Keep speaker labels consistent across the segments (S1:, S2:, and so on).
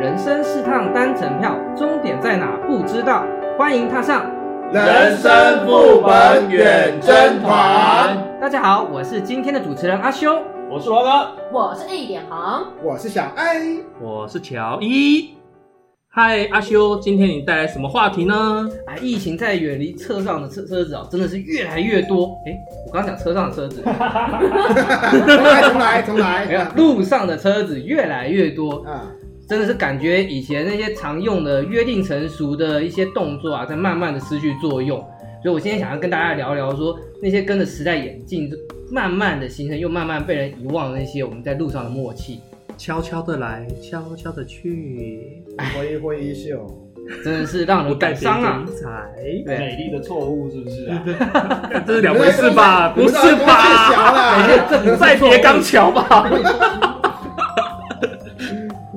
S1: 人生是趟单程票，终点在哪不知道，欢迎踏上。
S2: 人生副本远征团，
S1: 大家好，我是今天的主持人阿修。
S3: 我是华哥，
S4: 我是一点红，
S2: 我是小爱。
S5: 我是乔伊。嗨，阿修，今天你带来什么话题呢？
S1: 啊，疫情在远离车上的车车子哦，真的是越来越多。哎，我刚讲车上的车子，
S2: 重来，哎重来，重
S1: 没有
S2: 来。
S1: 路上的车子越来越多，
S2: 啊，
S1: 真的是感觉以前那些常用的约定成熟的一些动作啊，在慢慢的失去作用。所以我今天想要跟大家聊聊说，那些跟着时代演进，慢慢的形成又慢慢被人遗忘的那些我们在路上的默契，
S5: 悄悄的来，悄悄的去，
S2: 挥一挥衣袖。
S1: 真的是让人感 伤啊！
S5: 不带别人
S1: 对，
S3: 美丽的错误是不是啊？
S5: 理财，这是两回事吧？
S2: 你
S5: 不
S2: 们
S5: 是
S2: 到底多小
S5: 吧？
S2: 啦？
S5: 再别刚巧吧？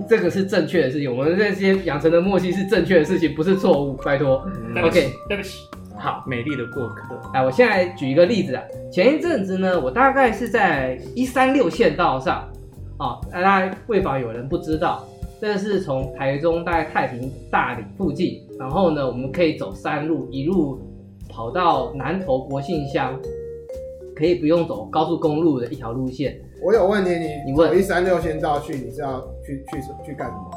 S1: 这个是正确的事情，我们这些养成的默契是正确的事情，不是错误，拜托。OK，
S3: 对不起，
S1: 好，
S5: 美丽的过客，
S1: 啊，我现在举一个例子啊，前一阵子呢，我大概是在一三六县道上，啊，大家为防有人不知道，这是从台中大概太平大理附近，然后呢，我们可以走山路，一路跑到南投国姓乡，可以不用走高速公路的一条路线。
S2: 我有问题，
S1: 你
S2: 你
S1: 问
S2: 一三六先到去，你是要去去去干什么？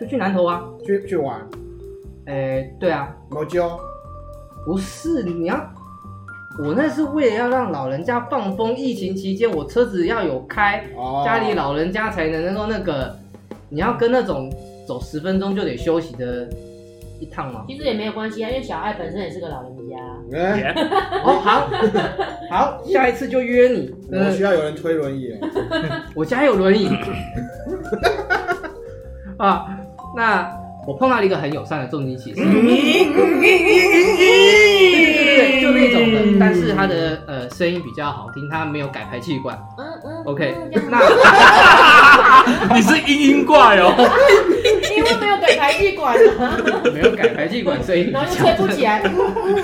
S1: 就去南投啊，
S2: 去去玩？
S1: 哎，对啊，
S2: 毛揪？
S1: 不是，你要，我那是为了要让老人家放风。疫情期间，我车子要有开，
S2: 哦，
S1: 家里老人家才能能够那个。你要跟那种走十分钟就得休息的一趟 吗？
S4: 其实也没有关系啊，因为小爱本身也是个老人家，
S2: 哎。
S5: 耶
S1: 哦，好，好，下一次就约你。
S2: 我
S1: 嗯
S2: 需要有人推轮椅。
S1: 我家有轮椅。啊，那我碰到了一个很友善的重金骑士，
S5: 嗯
S1: 对对对，就那种的，但是他的呃声音比较好听，他没有改排气管。
S4: 嗯嗯
S1: OK，
S4: 嗯这样子
S1: 那
S5: 你是英英怪哦，
S4: 因为没有给排气管 啊，
S1: 没有改排气管声音比
S4: 然后就吹
S1: 较
S4: 不起来，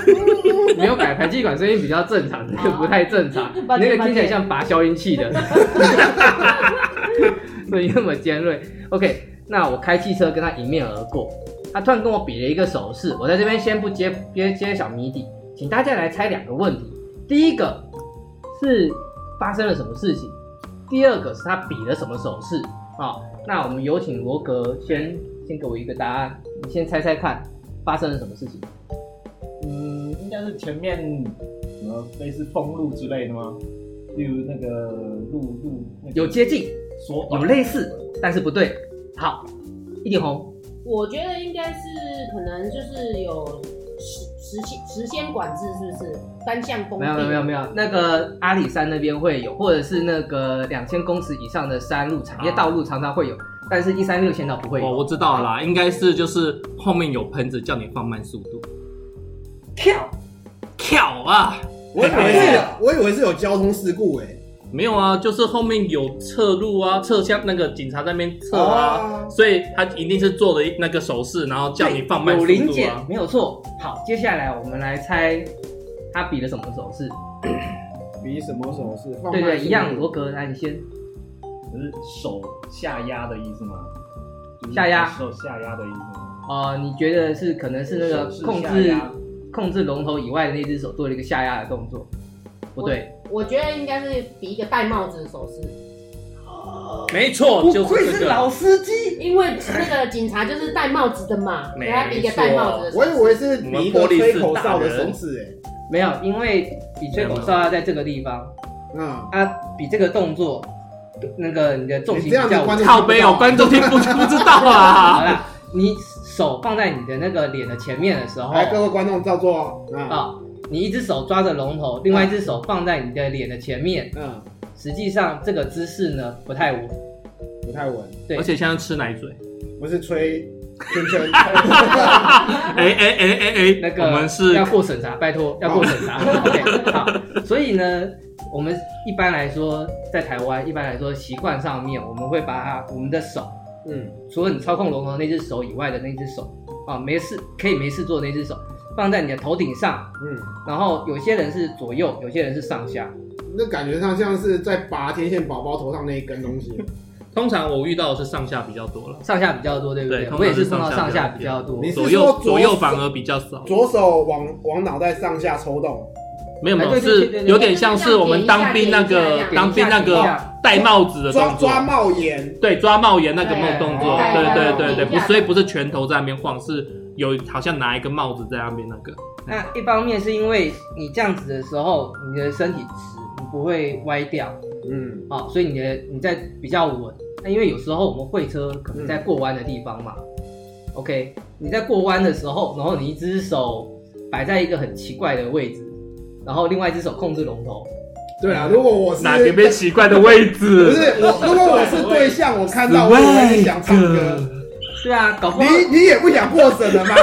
S1: 没有改排气管声音比较正常，那个不太正常，你
S4: 哦 抱歉
S1: 那个听起来像拔消音器的， 所以那么尖锐。OK，那我开汽车跟他迎面而过，他突然跟我比了一个手势，我在这边先不揭揭揭晓谜底，请大家来猜两个问题，第一个是发生了什么事情，第二个是他比了什么手势啊、那我们有请罗格先先给我一个答案，你先猜猜看发生了什么事情。
S3: 嗯，应该是前面什么类似封路之类的吗？例如那个路路那个
S1: 有接近，
S3: 说
S1: 有哦类似，但是不对。好，一点红，
S4: 我觉得应该是可能就是有时时限时先管制，是不是单向封闭？
S1: 没有没有没有没有，那个阿里山那边会有，或者是那个两千公尺以上的山路、产业道路常常会有，但是一三六线道不会
S5: 哦，
S1: 有。
S5: 我知道了啦，应该是就是后面有喷子叫你放慢速度，
S1: 跳，
S5: 跳啊！
S2: 我以为是有，我以为是有交通事故哎。
S5: 没有啊，就是后面有侧路啊，侧向那个警察在那边侧啊，
S2: 哦
S5: 所以他一定是做了一那个手势，然后叫你放慢速
S1: 有零
S5: 度
S1: 检
S5: 啊。
S1: 没有错。好，接下来我们来猜他比了什么手势？
S2: 比什么手势？放
S1: 对
S2: 慢
S1: 对，
S2: 速度
S1: 一样。罗格，那你先。
S3: 可是手下压的意思吗？就是
S1: 下压
S3: 手下压的意思吗？
S1: 呃，你觉得是可能是那个
S3: 手势
S1: 控
S3: 下
S1: 制
S3: 压
S1: 控制龙头以外的那只手做了一个下压的动作？不对，
S4: 我觉得应该是比一个戴帽子的手势，
S5: 没错，就是这个。
S1: 司机。
S4: 因为那个警察就是戴帽子的嘛，
S5: 没
S4: 给他比一个戴帽子的手势。
S2: 我以为是比一个吹口哨的手势哎。
S1: 没有，因为比吹口哨要在这个地方，
S2: 嗯，
S1: 啊，比这个动作，那个你的重
S2: 你
S1: 心
S2: 这样
S1: 比
S2: 子
S1: 较
S2: 观
S1: 稳。
S2: 众
S5: 靠背哦，观众听不不知道
S1: 好
S5: 啊。
S1: 啦，你手放在你的那个脸的前面的时候，
S2: 来，
S1: 啊、
S2: 各位观众照做哦啊
S1: 你一只手抓着龙头，另外一只手放在你的脸的前面，
S2: 嗯，
S1: 实际上这个姿势呢不太稳。
S2: 不太稳，
S1: 对
S5: 而且像吃奶嘴，
S2: 不是吹 圈圈，
S5: 哎哎哎哎哎，
S1: 那个
S5: 我们是
S1: 要过审查，拜托要过审查。OK，好，所以呢，我们一般来说在台湾，一般来说习惯上面，我们会把它我们的手。
S2: 嗯，
S1: 除了你操控龙头那只手以外的那只手啊，没事可以没事做的那只手放在你的头顶上，
S2: 嗯，
S1: 然后有些人是左右，有些人是上下，
S2: 那感觉上像是在拔天线宝宝头上那一根东西，
S5: 通常我遇到的是上下比较多了，
S1: 上下比较多，对不
S5: 对
S1: 对？
S5: 通常
S1: 我也是
S5: 是
S1: 碰到
S5: 上
S1: 上
S5: 下
S1: 下
S5: 比
S1: 比
S5: 较
S1: 较多
S2: 你。是
S5: 左
S2: 说
S5: 右
S2: 左
S5: 左右反而比较少。
S2: 左手往往脑袋上下抽动，
S5: 没有没
S1: 哎
S5: 有，
S1: 对对
S5: 是
S1: 对对对
S5: 有点像是我们当兵那
S4: 点一
S5: 个
S4: 下点一下
S5: 当兵那
S1: 点一
S5: 个
S1: 下
S5: 戴帽子的
S2: 抓
S5: 动作，
S2: 抓帽檐，
S5: 对抓帽檐那个帽动作，
S2: 哎
S5: 对对对对，
S4: 点一
S5: 不
S4: 下
S5: 所以不是拳头在那边晃，是有好像拿一个帽子在那边那个，
S1: 那一方面是因为你这样子的时候，你的身体直，你不会歪掉
S2: 嗯，
S1: 啊、所以你的你在比较稳。那因为有时候我们会车可能在过弯的地方嘛、o k 你在过弯的时候，然后你一只手摆在一个很奇怪的位置，然后另外一只手控制龙头，
S2: 对啊，如果我是
S5: 嗯哪个边奇怪的位置？
S2: 不是我，如果我是对象，我看到我也会想唱歌。
S1: 对啊，搞不好
S2: 你你也不想过审 了吗？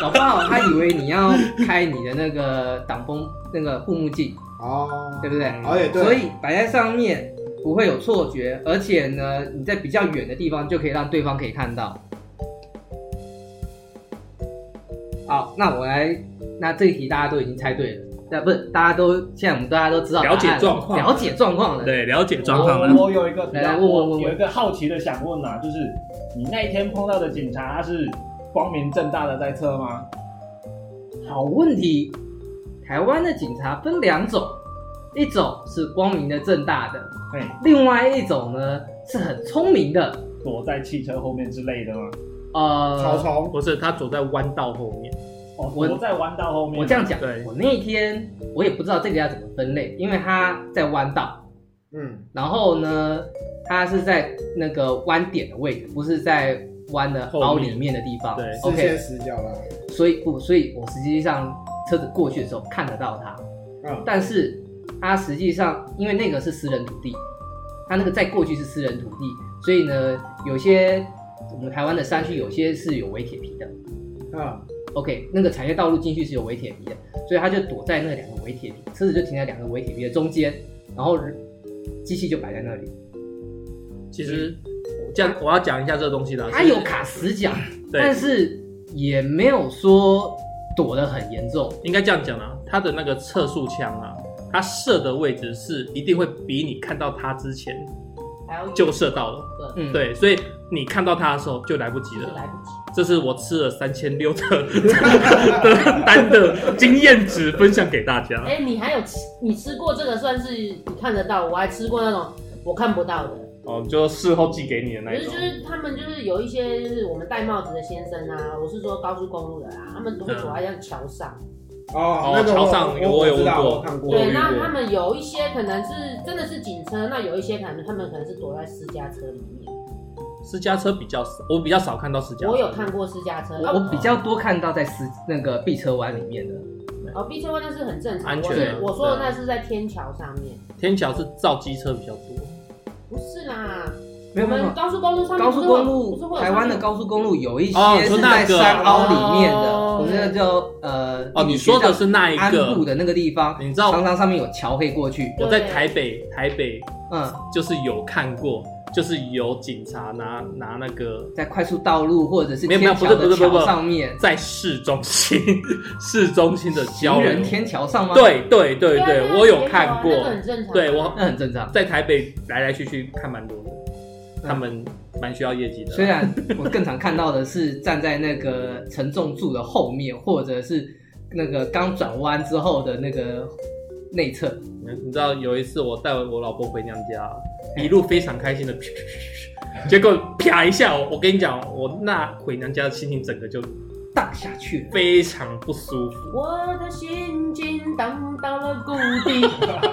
S1: 搞不好他以为你要开你的那个挡风那个护目镜，
S2: 哦，
S1: 对不对？
S2: 哦也对，
S1: 所以摆在上面不会有错觉，而且呢，你在比较远的地方就可以让对方可以看到。好，那我来，那这一题大家都已经猜对了，对，不是大家都现在我们大家都知道答案
S5: 了解状况
S1: 了解状况了。
S5: 对，了解状况
S3: 我
S5: 了。
S3: 我有一个比较
S1: 来来问问问
S3: 有一个好奇的想问啊，就是你那一天碰到的警察，他是光明正大的在测吗？
S1: 好问题，台湾的警察分两种，一种是光明的正大的，
S3: 嘿，
S1: 另外一种呢是很聪明的，
S3: 躲在汽车后面之类的吗？
S1: 呃，
S2: 草丛
S5: 不是，他走在弯道后面，
S3: 哦，
S1: 我
S3: 躲在弯道后面。
S1: 我这样讲
S5: 对，
S1: 我那一天我也不知道这个要怎么分类，因为它在弯道，
S2: 嗯，
S1: 然后呢，它是在那个弯点的位置，不是在弯的凹里面的地方。
S5: 后
S1: ，OK，
S2: 视线
S5: 面
S2: 死角啦。
S1: 所以不，所以我实际上车子过去的时候看得到它，
S2: 嗯，
S1: 但是它实际上因为那个是私人土地，它那个再过去是私人土地，所以呢，有些我们台湾的山区有些是有围铁皮的，
S2: 嗯，
S1: OK，那个产业道路进去是有围铁皮的，所以他就躲在那两个围铁皮，车子就停在两个围铁皮的中间，然后机器就摆在那里，
S5: 其实我这样我要讲一下这个东西啦。
S1: 他有卡死角，
S5: 对
S1: 但是也没有说躲得很严重。
S5: 应该这样讲啊，他的那个测速枪啊，他射的位置是一定会比你看到他之前
S4: 还要
S5: 就射到了，
S4: 对，
S1: 嗯，，
S5: 对，所以你看到他的时候就来不及
S4: 就
S5: 了。
S4: 来不及。
S5: 这是我吃了三千六的的单的经验值，分享给大家。
S4: 哎，你还有吃你吃过这个算是你看得到，我还吃过那种我看不到的。
S5: 哦，就事后寄给你的
S4: 可
S5: 那一
S4: 是
S5: 种
S4: 就。是他们就是有一些就是我们戴帽子的先生啊，我是说高速公路的啊，他们会躲在像桥上。
S2: 哦，那个
S5: 桥上有
S2: 我
S5: 我有
S2: 知道
S5: 问过
S2: 我看过。
S4: 对，
S5: 遇
S4: 那
S5: 过
S4: 他们有一些可能是真的是警车，那有一些可能他们可能是躲在私家车里面。
S5: 私家车比较少，我比较少看到私家车。
S4: 我有看过私家车，
S1: 我我比较多看到在私那个避车弯里面的，
S4: 哦，B 车弯那是很正常，
S5: 安全
S4: 我
S5: 的
S4: 是我说的
S5: 对啊
S4: 那是在天桥上面，
S5: 天桥是造机车比较多，
S4: 不是啦，
S1: 没
S4: 我
S1: 有没有
S4: 们。高速公路上面
S1: 高
S4: 不
S1: 速
S4: 是会有
S1: 公
S4: 不是
S1: 路，
S4: 会有
S1: 台湾的
S4: 上面
S1: 高速公路有一
S5: 哦
S1: 些
S5: 你说
S1: 是
S5: 那
S1: 在
S5: 个
S1: 山凹里面的，
S5: 哦
S1: 我们那个叫呃
S5: 哦你说的是那一个
S1: 安部的那个地方，
S5: 你知道
S1: 常常上面有桥可以过去，
S4: 对
S5: 我在台北，台北
S1: 嗯，
S5: 就是有看过，就是有警察拿拿那个
S1: 在快速道路或者是
S5: 没
S1: 天
S5: 有没有
S1: 桥
S5: 不是
S1: 的
S5: 不是不
S1: 桥
S5: 是
S1: 上面，
S5: 在市中心市中心的交
S1: 行
S5: 流
S1: 人。天桥上吗？，
S5: 对对对
S4: 啊
S5: 对，
S4: 啊
S5: 我有
S4: 也
S5: 看过
S4: 那。个很正常啊。
S5: 对我
S1: 那很正常。
S5: 在台北来来去去看蛮多的，
S1: 嗯
S5: 他们蛮需要业绩的。
S1: 虽然我更常看到的是站在那个承重柱的后面，或者是那个刚转弯之后的那个内侧，
S5: 你知道有一次我带我老婆回娘家，一路非常开心的， 结果啪一下，我跟你讲，我那回娘家的心情整个就
S1: 荡下去了。
S5: 非常不舒服。
S4: 我的心情荡到了谷底。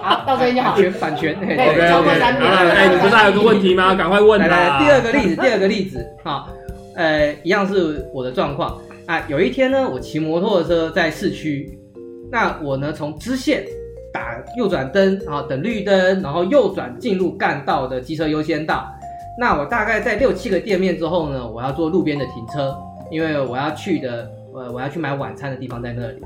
S4: 好，到这边就好
S1: 版。权版权，嘿对
S4: 对超过三秒
S5: 好了哎，你不是还有个问题吗？赶快问
S1: 来
S5: 啊
S1: 来，
S5: 啦。
S1: 第二个例子，第二个例子，哈，呃，一样是我的状况啊。有一天呢，我骑摩托车在市区，那我呢从支线打右转灯，啊，等绿灯，然后右转进入干道的机车优先道。那我大概在六七个店面之后呢，我要做路边的停车，因为我要去的，呃，我要去买晚餐的地方在那里。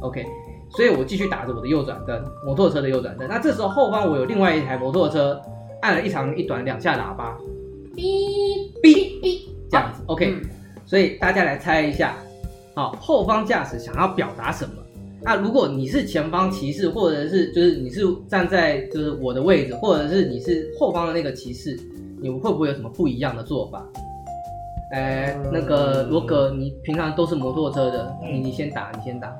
S1: OK，所以我继续打着我的右转灯，摩托车的右转灯。那这时候后方我有另外一台摩托车，按了一长一短两下喇叭，
S4: 哔
S1: 哔
S4: 哔，
S1: 这样子。OK，、
S4: 嗯
S1: 所以大家来猜一下，好，后方驾驶想要表达什么？啊，如果你是前方骑士，或者是就是你是站在就是我的位置，或者是你是后方的那个骑士，你会不会有什么不一样的做法？哎、那个罗格，你平常都是摩托车的，你你先打，你先打。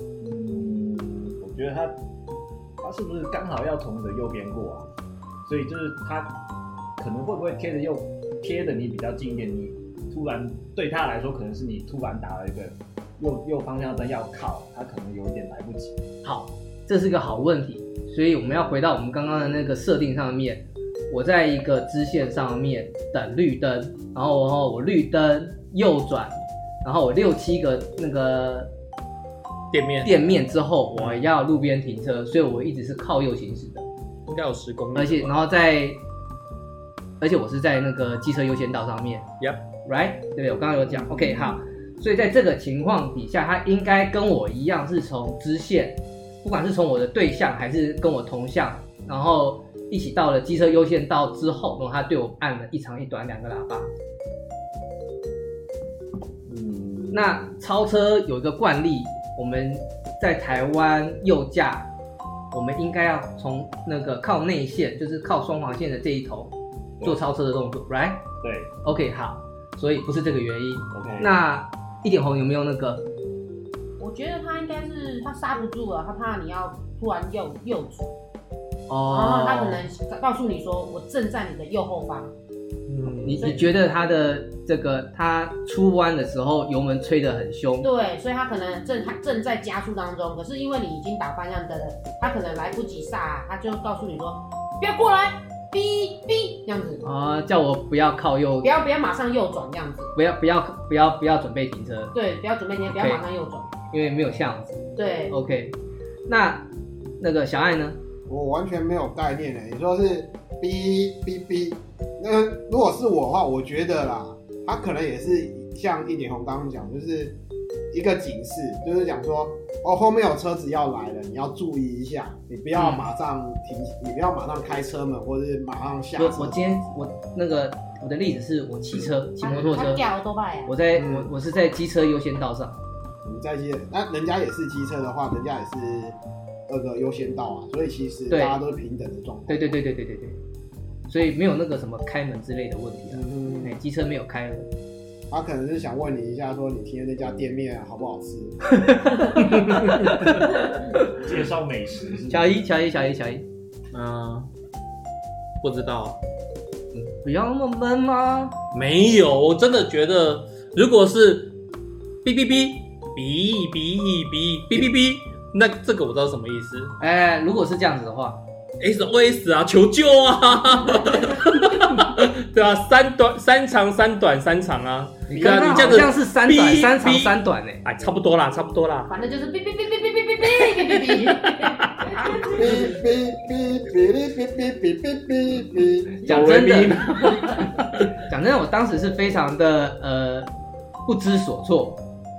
S3: 嗯，我觉得他他是不是刚好要从你的右边过啊？所以就是他可能会不会贴着右贴着你比较近一点，你突然对他来说可能是你突然打了一个右右方向灯要靠，他可能有点来不及。
S1: 好，这是个好问题，所以我们要回到我们刚刚的那个设定上面。我在一个支线上面等绿灯，然后然后我绿灯右转，然后我六七个那个
S5: 店面
S1: 店面之后，我要路边停车，所以我一直是靠右行驶的，
S5: 应该有十公里吧，
S1: 而且然后在，而且我是在那个机车优先道上面
S5: Yep
S1: ，Right，对不对？我刚刚有讲，OK，好，所以在这个情况底下，他应该跟我一样是从支线，不管是从我的对象还是跟我同向，然后一起到了机车优先道之后，然后他对我按了一长一短两个喇叭。
S3: 嗯，
S1: 那超车有一个惯例，我们在台湾右驾，我们应该要从那个靠内线，就是靠双黄线的这一头做超车的动作，right？OK，、
S3: 对
S1: OK，好，所以不是这个原因。
S3: ，OK，
S1: 那一点红有没有那个？
S4: 我觉得他应该是他刹不住了，他怕你要突然右右转，
S1: 哦
S4: 然后哦他可能告诉你说我正在你的右后方，
S5: 嗯，
S1: 你
S4: 所以
S1: 你觉得他的这个他出弯的时候油门吹得很凶，
S4: 对，所以他可能正他正在加速当中，可是因为你已经打方向灯了，他可能来不及刹，他就告诉你说不要过来，哔哔这样子，
S1: 啊、叫我不要靠右
S4: 不，要不要马上右转这样子，
S1: 不要不要不要不要准备停车，
S4: 对，不要准备你也不要
S1: OK
S4: 马上右转，
S1: 因为没有巷子。
S4: 对，
S1: OK，那那个小爱呢？
S2: 我完全没有概念的。你说是哔哔哔，那如果是我的话，我觉得啦，他可能也是像一点红刚刚讲，就是一个警示，就是讲说，哦，后面有车子要来了，你要注意一下，你不要
S1: 嗯
S2: 马上停，你不要马上开车门，或者是马上下
S1: 我
S2: 车。
S1: 我今天我那个我的例子是我骑车骑摩托
S4: 他
S1: 车，
S4: 啊掉了多半呀，
S1: 我在
S2: 嗯
S1: 我我是在机车优先道上，
S2: 你在接，那人家也是机车的话，人家也是那个优先道啊，所以其实大
S1: 对
S2: 家都是平等的状态。
S1: 对对对对对对对，所以没有那个什么开门之类的问题啊，
S2: 嗯
S1: 哎，机车没有开门，
S2: 他可能是想问你一下，说你今天那家店面好不好吃？
S3: 介绍美食是
S1: 小一小一小一小一，
S5: 嗯，不知道，
S1: 不要那么闷吗？
S5: 没有，我真的觉得，如果是哔哔哔哔哔哔哔哔哔，那这个我知道是什么意思
S1: 哎，如果是这样子的话，
S5: ，SOS 啊，求救啊， 对啊，三短三长三短三长啊，
S1: 你
S5: 对
S1: 刚
S5: 啊
S1: 刚
S5: 你这
S1: 好
S5: 样
S1: 像是
S5: 子
S1: 三短
S5: 哔
S1: 三长
S5: 哔
S1: 三短哎，
S5: 哎，差不多啦，差不多啦，
S4: 反正就是哔哔哔哔哔哔哔哔哔哔，
S2: 哔哔哔哔哩哔哔哔哔哔哔。
S1: 讲真
S5: 哆来咪
S1: 的， 讲真的，我当时是非常的呃不知所措，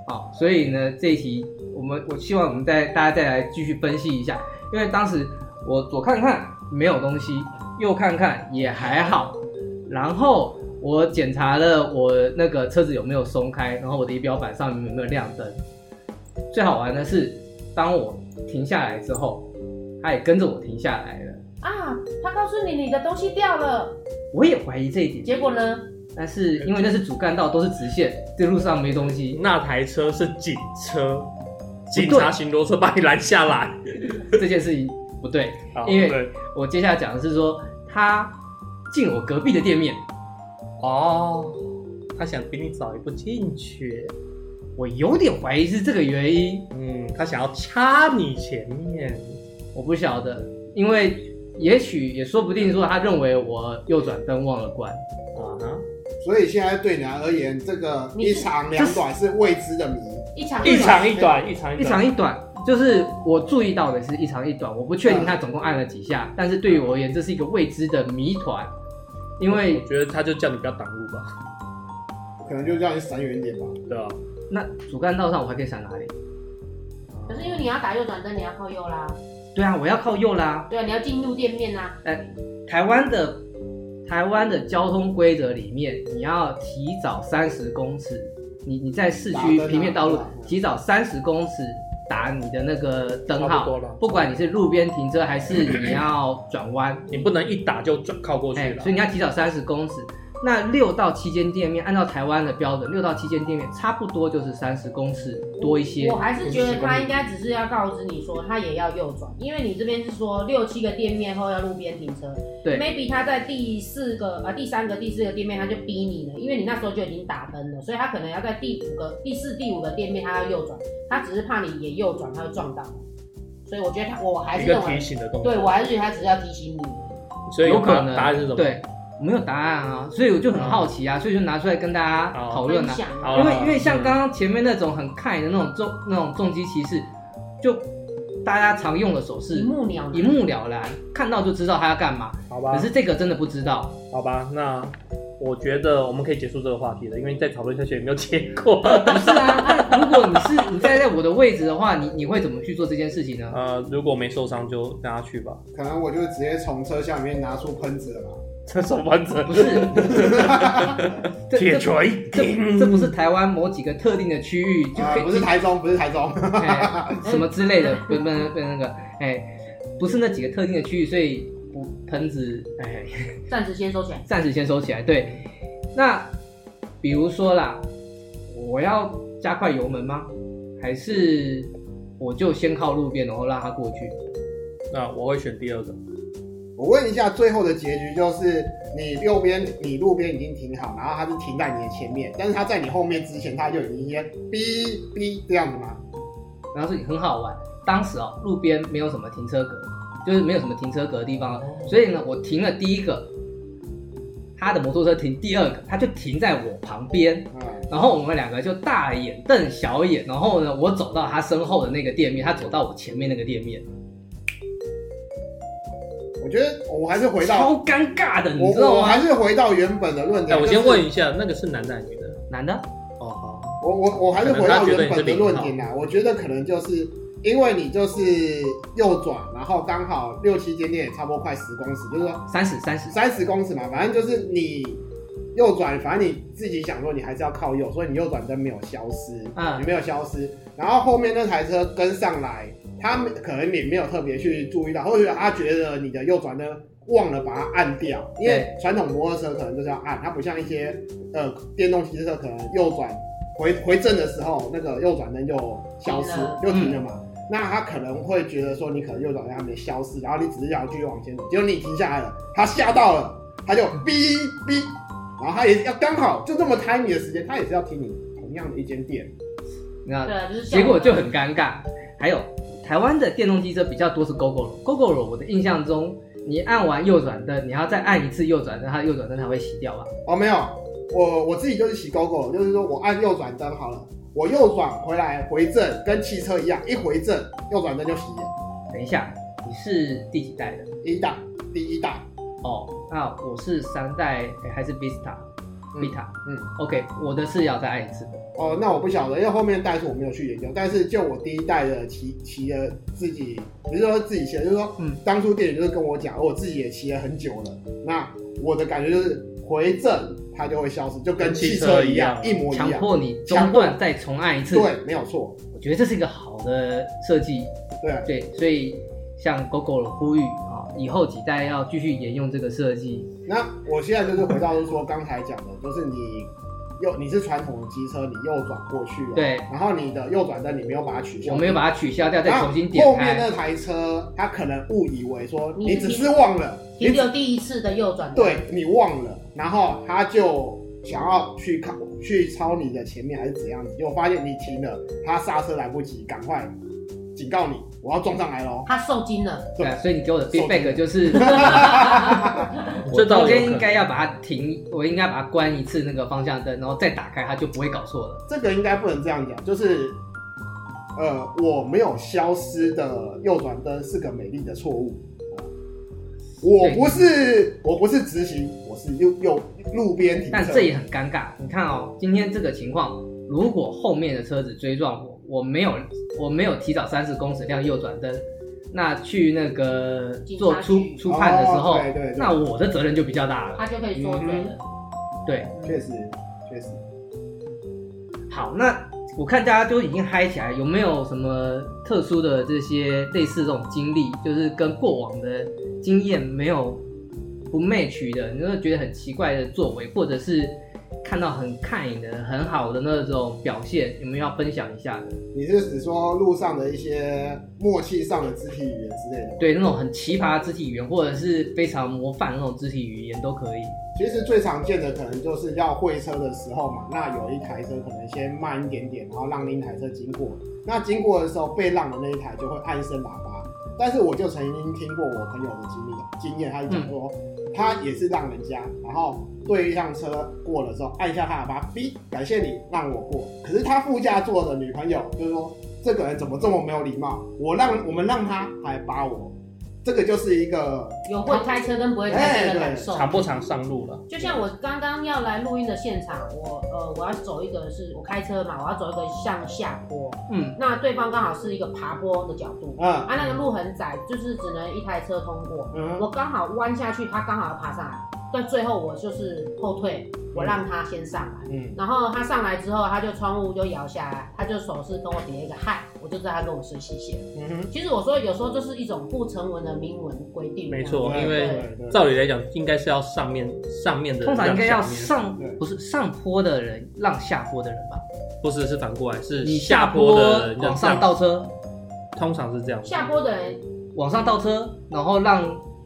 S1: 好，所以呢这一题我们我希望我们再大家再来继续分析一下，因为当时我左看看没有东西，右看看也还好，然后我检查了我那个车子有没有松开，然后我的仪表板上面有没有亮灯。最好玩的是，当我停下来之后，它也跟着我停下来了。
S4: 啊，他告诉你你的东西掉了，
S1: 我也怀疑这一点，
S4: 结果呢？
S1: 但是因为那是主干道，都是直线，这路上没东西。
S5: 那台车是警车，警察巡逻车把你拦下来，
S1: 这件事情不对，
S5: 好
S1: 因为
S5: 对
S1: 我接下来讲的是说他进我隔壁的店面，
S5: 哦，他想比你早一步进去，
S1: 我有点怀疑是这个原因，
S5: 嗯，他想要掐你前面，
S1: 我不晓得，因为也许也说不定说他认为我右转灯忘了关，
S5: 啊哈。
S2: 所以现在对你而言，这个一长两短是未知的谜。
S4: 一场
S5: 一
S4: 场
S5: 长一短，一长
S1: 一
S5: 一短，
S1: 长一短。就是我注意到的是一长一短，我不确定他总共按了几下，但是对于我而言，这是一个未知的谜团，因为
S5: 我觉得他就叫你不要挡路吧，
S2: 可能就叫你闪远一点吧。
S5: 对啊，
S1: 那主干道上我还可以闪哪里？
S4: 可是因为你要打右转灯，你要靠右啦，
S1: 对啊，我要靠右啦，
S4: 对啊，你要进入店面啊啦，
S1: 台湾的台湾的交通规则里面，你要提早三十公尺，你你在市
S2: 打灯
S1: 区
S2: 啊
S1: 平面道路
S2: 对啊对啊
S1: 提早三十公尺打你的那个灯
S6: 差不
S1: 号，
S6: 多了。
S1: 不管你是路边停车还是你要转弯，
S5: 你不能一打就转靠过去
S1: 哎，
S5: 了
S1: 所以。你要提早三十公尺。那六到七间店面，按照台湾的标准，六到七间店面差不多就是三十公尺多一些
S4: 我。还是觉得他应该只是要告知你说他也要右转，因为你这边是说六七个店面后要路边停车
S1: 对
S4: ，maybe 他在第四个呃第三个第四个店面他就逼你了，因为你那时候就已经打灯了，所以他可能要在第五个第四第五个店面他要右转，他只是怕你也右转他会撞到你，所以我觉得他我还
S5: 一
S4: 是
S5: 个
S4: 认
S5: 提
S4: 为，
S5: 醒的动
S4: 对
S5: 作，
S4: 我还是觉得他只是要提醒你，
S5: 所以
S1: 有
S5: 答
S1: 可能
S5: 答案是什么？
S1: 对，没有答案啊，所以我就很好奇啊，所以就拿出来跟大家讨论
S4: 分
S1: 啊。
S4: 享
S5: 好
S1: 因
S5: 了
S1: 为因为像刚刚前面那种很看的那种重那种重击骑士，就大家常用的手
S4: 一
S1: 势，
S4: 目了
S1: 一
S4: 然。
S1: 目了然，看到就知道他要干嘛。
S6: 好吧
S1: 可，是这个真的不知道。
S5: 好吧，那我觉得我们可以结束这个话题了，因为再讨论下去也没有结 果。
S1: 不是啊， 那如果你是你站在我的位置的话，你你会怎么去做这件事情呢？
S2: 啊
S5: 呃，如果没受伤就让他去吧。
S2: 可能我就直接从车厢里面拿出喷子了吧。
S5: 这什么 子？
S1: 不是，这这
S5: 锤
S1: 这这不是台湾某几个特定的区域就
S2: 啊、
S1: 可以、
S2: 不是台中，不是台中，
S1: 哎什么之类的，不不不那个哎，不是那几个特定的区域，所以不盆子哎
S4: 暂时先收起来。
S1: 暂时先收起来。对，那比如说啦，我要加快油门吗？还是我就先靠路边，然后让他过去？
S5: 那我会选第二个。
S2: 我问一下，最后的结局就是你右边，你路边已经停好，然后他是停在你的前面，但是他在你后面之前，他就已经先哔哔这样子吗？
S1: 然后说很好玩。当时哦，路边没有什么停车格，就是没有什么停车格的地方，哦
S2: 哦
S1: 所以呢，我停了第一个，他的摩托车停第二个，他就停在我旁边，
S2: 嗯，
S1: 然后我们两个就大眼瞪小眼，然后呢，我走到他身后的那个店面，他走到我前面那个店面，
S2: 我觉得我还是回到
S1: 超尴尬的，
S2: 我
S1: 你知道
S2: 我还
S1: 吗？
S2: 是回到原本的论
S5: 哎，
S2: 点。
S5: 我
S2: 就
S5: 先
S2: 是
S5: 问一下，那个是男的还是女的？
S1: 男的，
S5: 哦，好。
S2: 我我我还是回到原本的论点啦，我觉得可能就是因为你就是右转，然后刚好六七间店也差不多快十公尺，就是说
S1: 三十三十，
S2: 三十公尺嘛，反正就是你右转，反正你自己想说你还是要靠右，所以你右转灯没有消失，
S1: 嗯
S2: 你没有消失，然后后面那台车跟上来，他们可能也没有特别去注意到，或者他觉得你的右转灯忘了把它按掉，因为
S1: 对
S2: 传统摩托车可能就是要按，它不像一些呃电动汽车可能右转回回正的时候，那个右转灯就消失
S4: 停了
S2: 就停了嘛。那他可能会觉得说你可能右转灯还没消失，然后你只是想要继续往前走，结果你停下来了，他吓到了，他就哔哔，然后他也要刚好就这么 timing 的时间，他也是要停你同样的一间店。
S1: 你知道，
S4: 对，啊就是这
S1: 啊结
S4: 样
S1: 果就很尴尬。还有台湾的电动机车比较多是 GoGoRo，GoGoRo 我的印象中，你按完右转灯，你还要再按一次右转灯，它的右转灯才会熄掉吧？
S2: 哦，没有，我我自己就是骑 GoGo，就是说我按右转灯好了，我右转回来回正，跟汽车一样，一回正右转灯就熄了，
S1: 等一下，你是第几代的？
S2: 一代第一代，
S1: 哦，那我是三代、诶还是 Vista？
S2: 嗯
S1: Vita，
S2: 嗯
S1: ，OK，我的是要再按一次。
S2: 哦，那我不晓得，因为后面代数我没有去研究，但是就我第一代的骑骑了自己，不是说自己骑的，就是说，
S1: 嗯
S2: 当初店员就是跟我讲，我自己也骑了很久了，那我的感觉就是回正它就会消失，就跟
S5: 跟汽
S2: 汽
S5: 车
S2: 车一
S5: 一
S2: 样，
S5: 样
S2: 一模一
S1: 强
S2: 样，
S1: 迫你中断再重按一次，
S2: 对，没有错，
S1: 我觉得这是一个好的设计，对，
S2: 对。
S1: 所以向 GoGo 的呼吁啊、以后几代要继续沿用这个设计，
S2: 那我现在就是回到就是说刚才讲的，就是你右你是传统的机车，你右转过去了，，
S1: 对，
S2: 然后你的右转灯你没有把它取消，
S1: 我们又把它取消掉，再
S2: 然后
S1: 重新点
S2: 啊后面
S1: 开。
S2: 那台车，他可能误以为说
S4: 你
S2: 你只是忘了，你
S4: 停
S2: 只
S4: 留第一次的右转。，
S2: 对你忘了，然后他就想要去靠去超你的前面还是怎样子，结果发现你停了，他刹车来不及，赶快警告你，我要撞上来喽。
S4: 他受惊了。
S1: 对啊，所以你给我的
S2: 手机
S1: feedback 就是，
S5: 这倒
S1: 我
S5: 有
S1: 今
S5: 可
S1: 天
S5: 能
S1: 应该要把它停，我应该把它关一次那个方向灯，然后再打开，它就不会搞错了。
S2: 这个应该不能这样讲，就是，呃，我没有消失的右转灯是个美丽的错误。我不是，我不是直行，我是右右路边停车。
S1: 但这也很尴尬，你看哦，今天这个情况，如果后面的车子追撞我，我没有我没有提早三十公尺亮右转灯，那去那个
S4: 警察
S1: 做出
S4: 局
S1: 出判的时候
S2: 哦，对对对
S1: 那我的责任就比较大了。
S4: 他就可
S1: 嗯
S4: 以说对了。
S1: 对，
S2: 确实确实，
S1: 好，那我看大家都已经嗨起来，有没有什么特殊的这些类似这种经历，就是跟过往的经验没有不 match 的，你就觉得很奇怪的作为，或者是看到很看瘾的、很好的那种表现，有没有要分享一下的？
S2: 你是指说路上的一些默契上的肢体语言之类的吗？
S1: 对，那种很奇葩的肢体语言，或者是非常模范的那种肢体语言都可以。
S2: 其实最常见的可能就是要会车的时候嘛，那有一台车可能先慢一点点，然后让另一台车经过。那经过的时候，被让的那一台就会按一声喇叭。但是我就曾经听过我朋友的经历经验，他就讲说，他也是让人家，然后对一辆车过了之后，按哎一下他喇叭，哔，感谢你让我过。可是他副驾座的女朋友就说，这个人怎么这么没有礼貌？我让我们让他还扒我，这个就是一个
S4: 有会开车跟不会开车的感受。
S5: 常不常上路了？
S4: 就像我刚刚要来录音的现场，我呃我要走一个是我开车嘛，我要走一个向下坡，
S1: 嗯，
S4: 那对方刚好是一个爬坡的角度，
S2: 嗯
S4: 啊那个路很窄，就是只能一台车通过。
S2: 嗯
S4: 我刚好弯下去，他刚好要爬上来，但最后我就是后退，我让他先上来，
S2: 嗯
S4: 然后他上来之后，他就窗户就摇下来，他就手势跟我比了一个嗨，我就知道他跟我是谢谢。
S2: 嗯哼，
S4: 其实我说有时候就是一种不成文的明文规定，
S5: 没错
S4: 这样
S5: 因为
S4: 对
S2: 对对
S5: 照理来讲，应该是要上面上面的
S1: 通常应该要
S5: 让下面
S1: 上
S2: 对
S1: 不是上坡的人让下坡的人吧？
S5: 不是是反过来是
S1: 你下
S5: 下坡
S1: 坡
S5: 的人
S1: 往上，倒车，
S5: 通常是这样。
S4: 下坡的人
S1: 往上倒车，然后让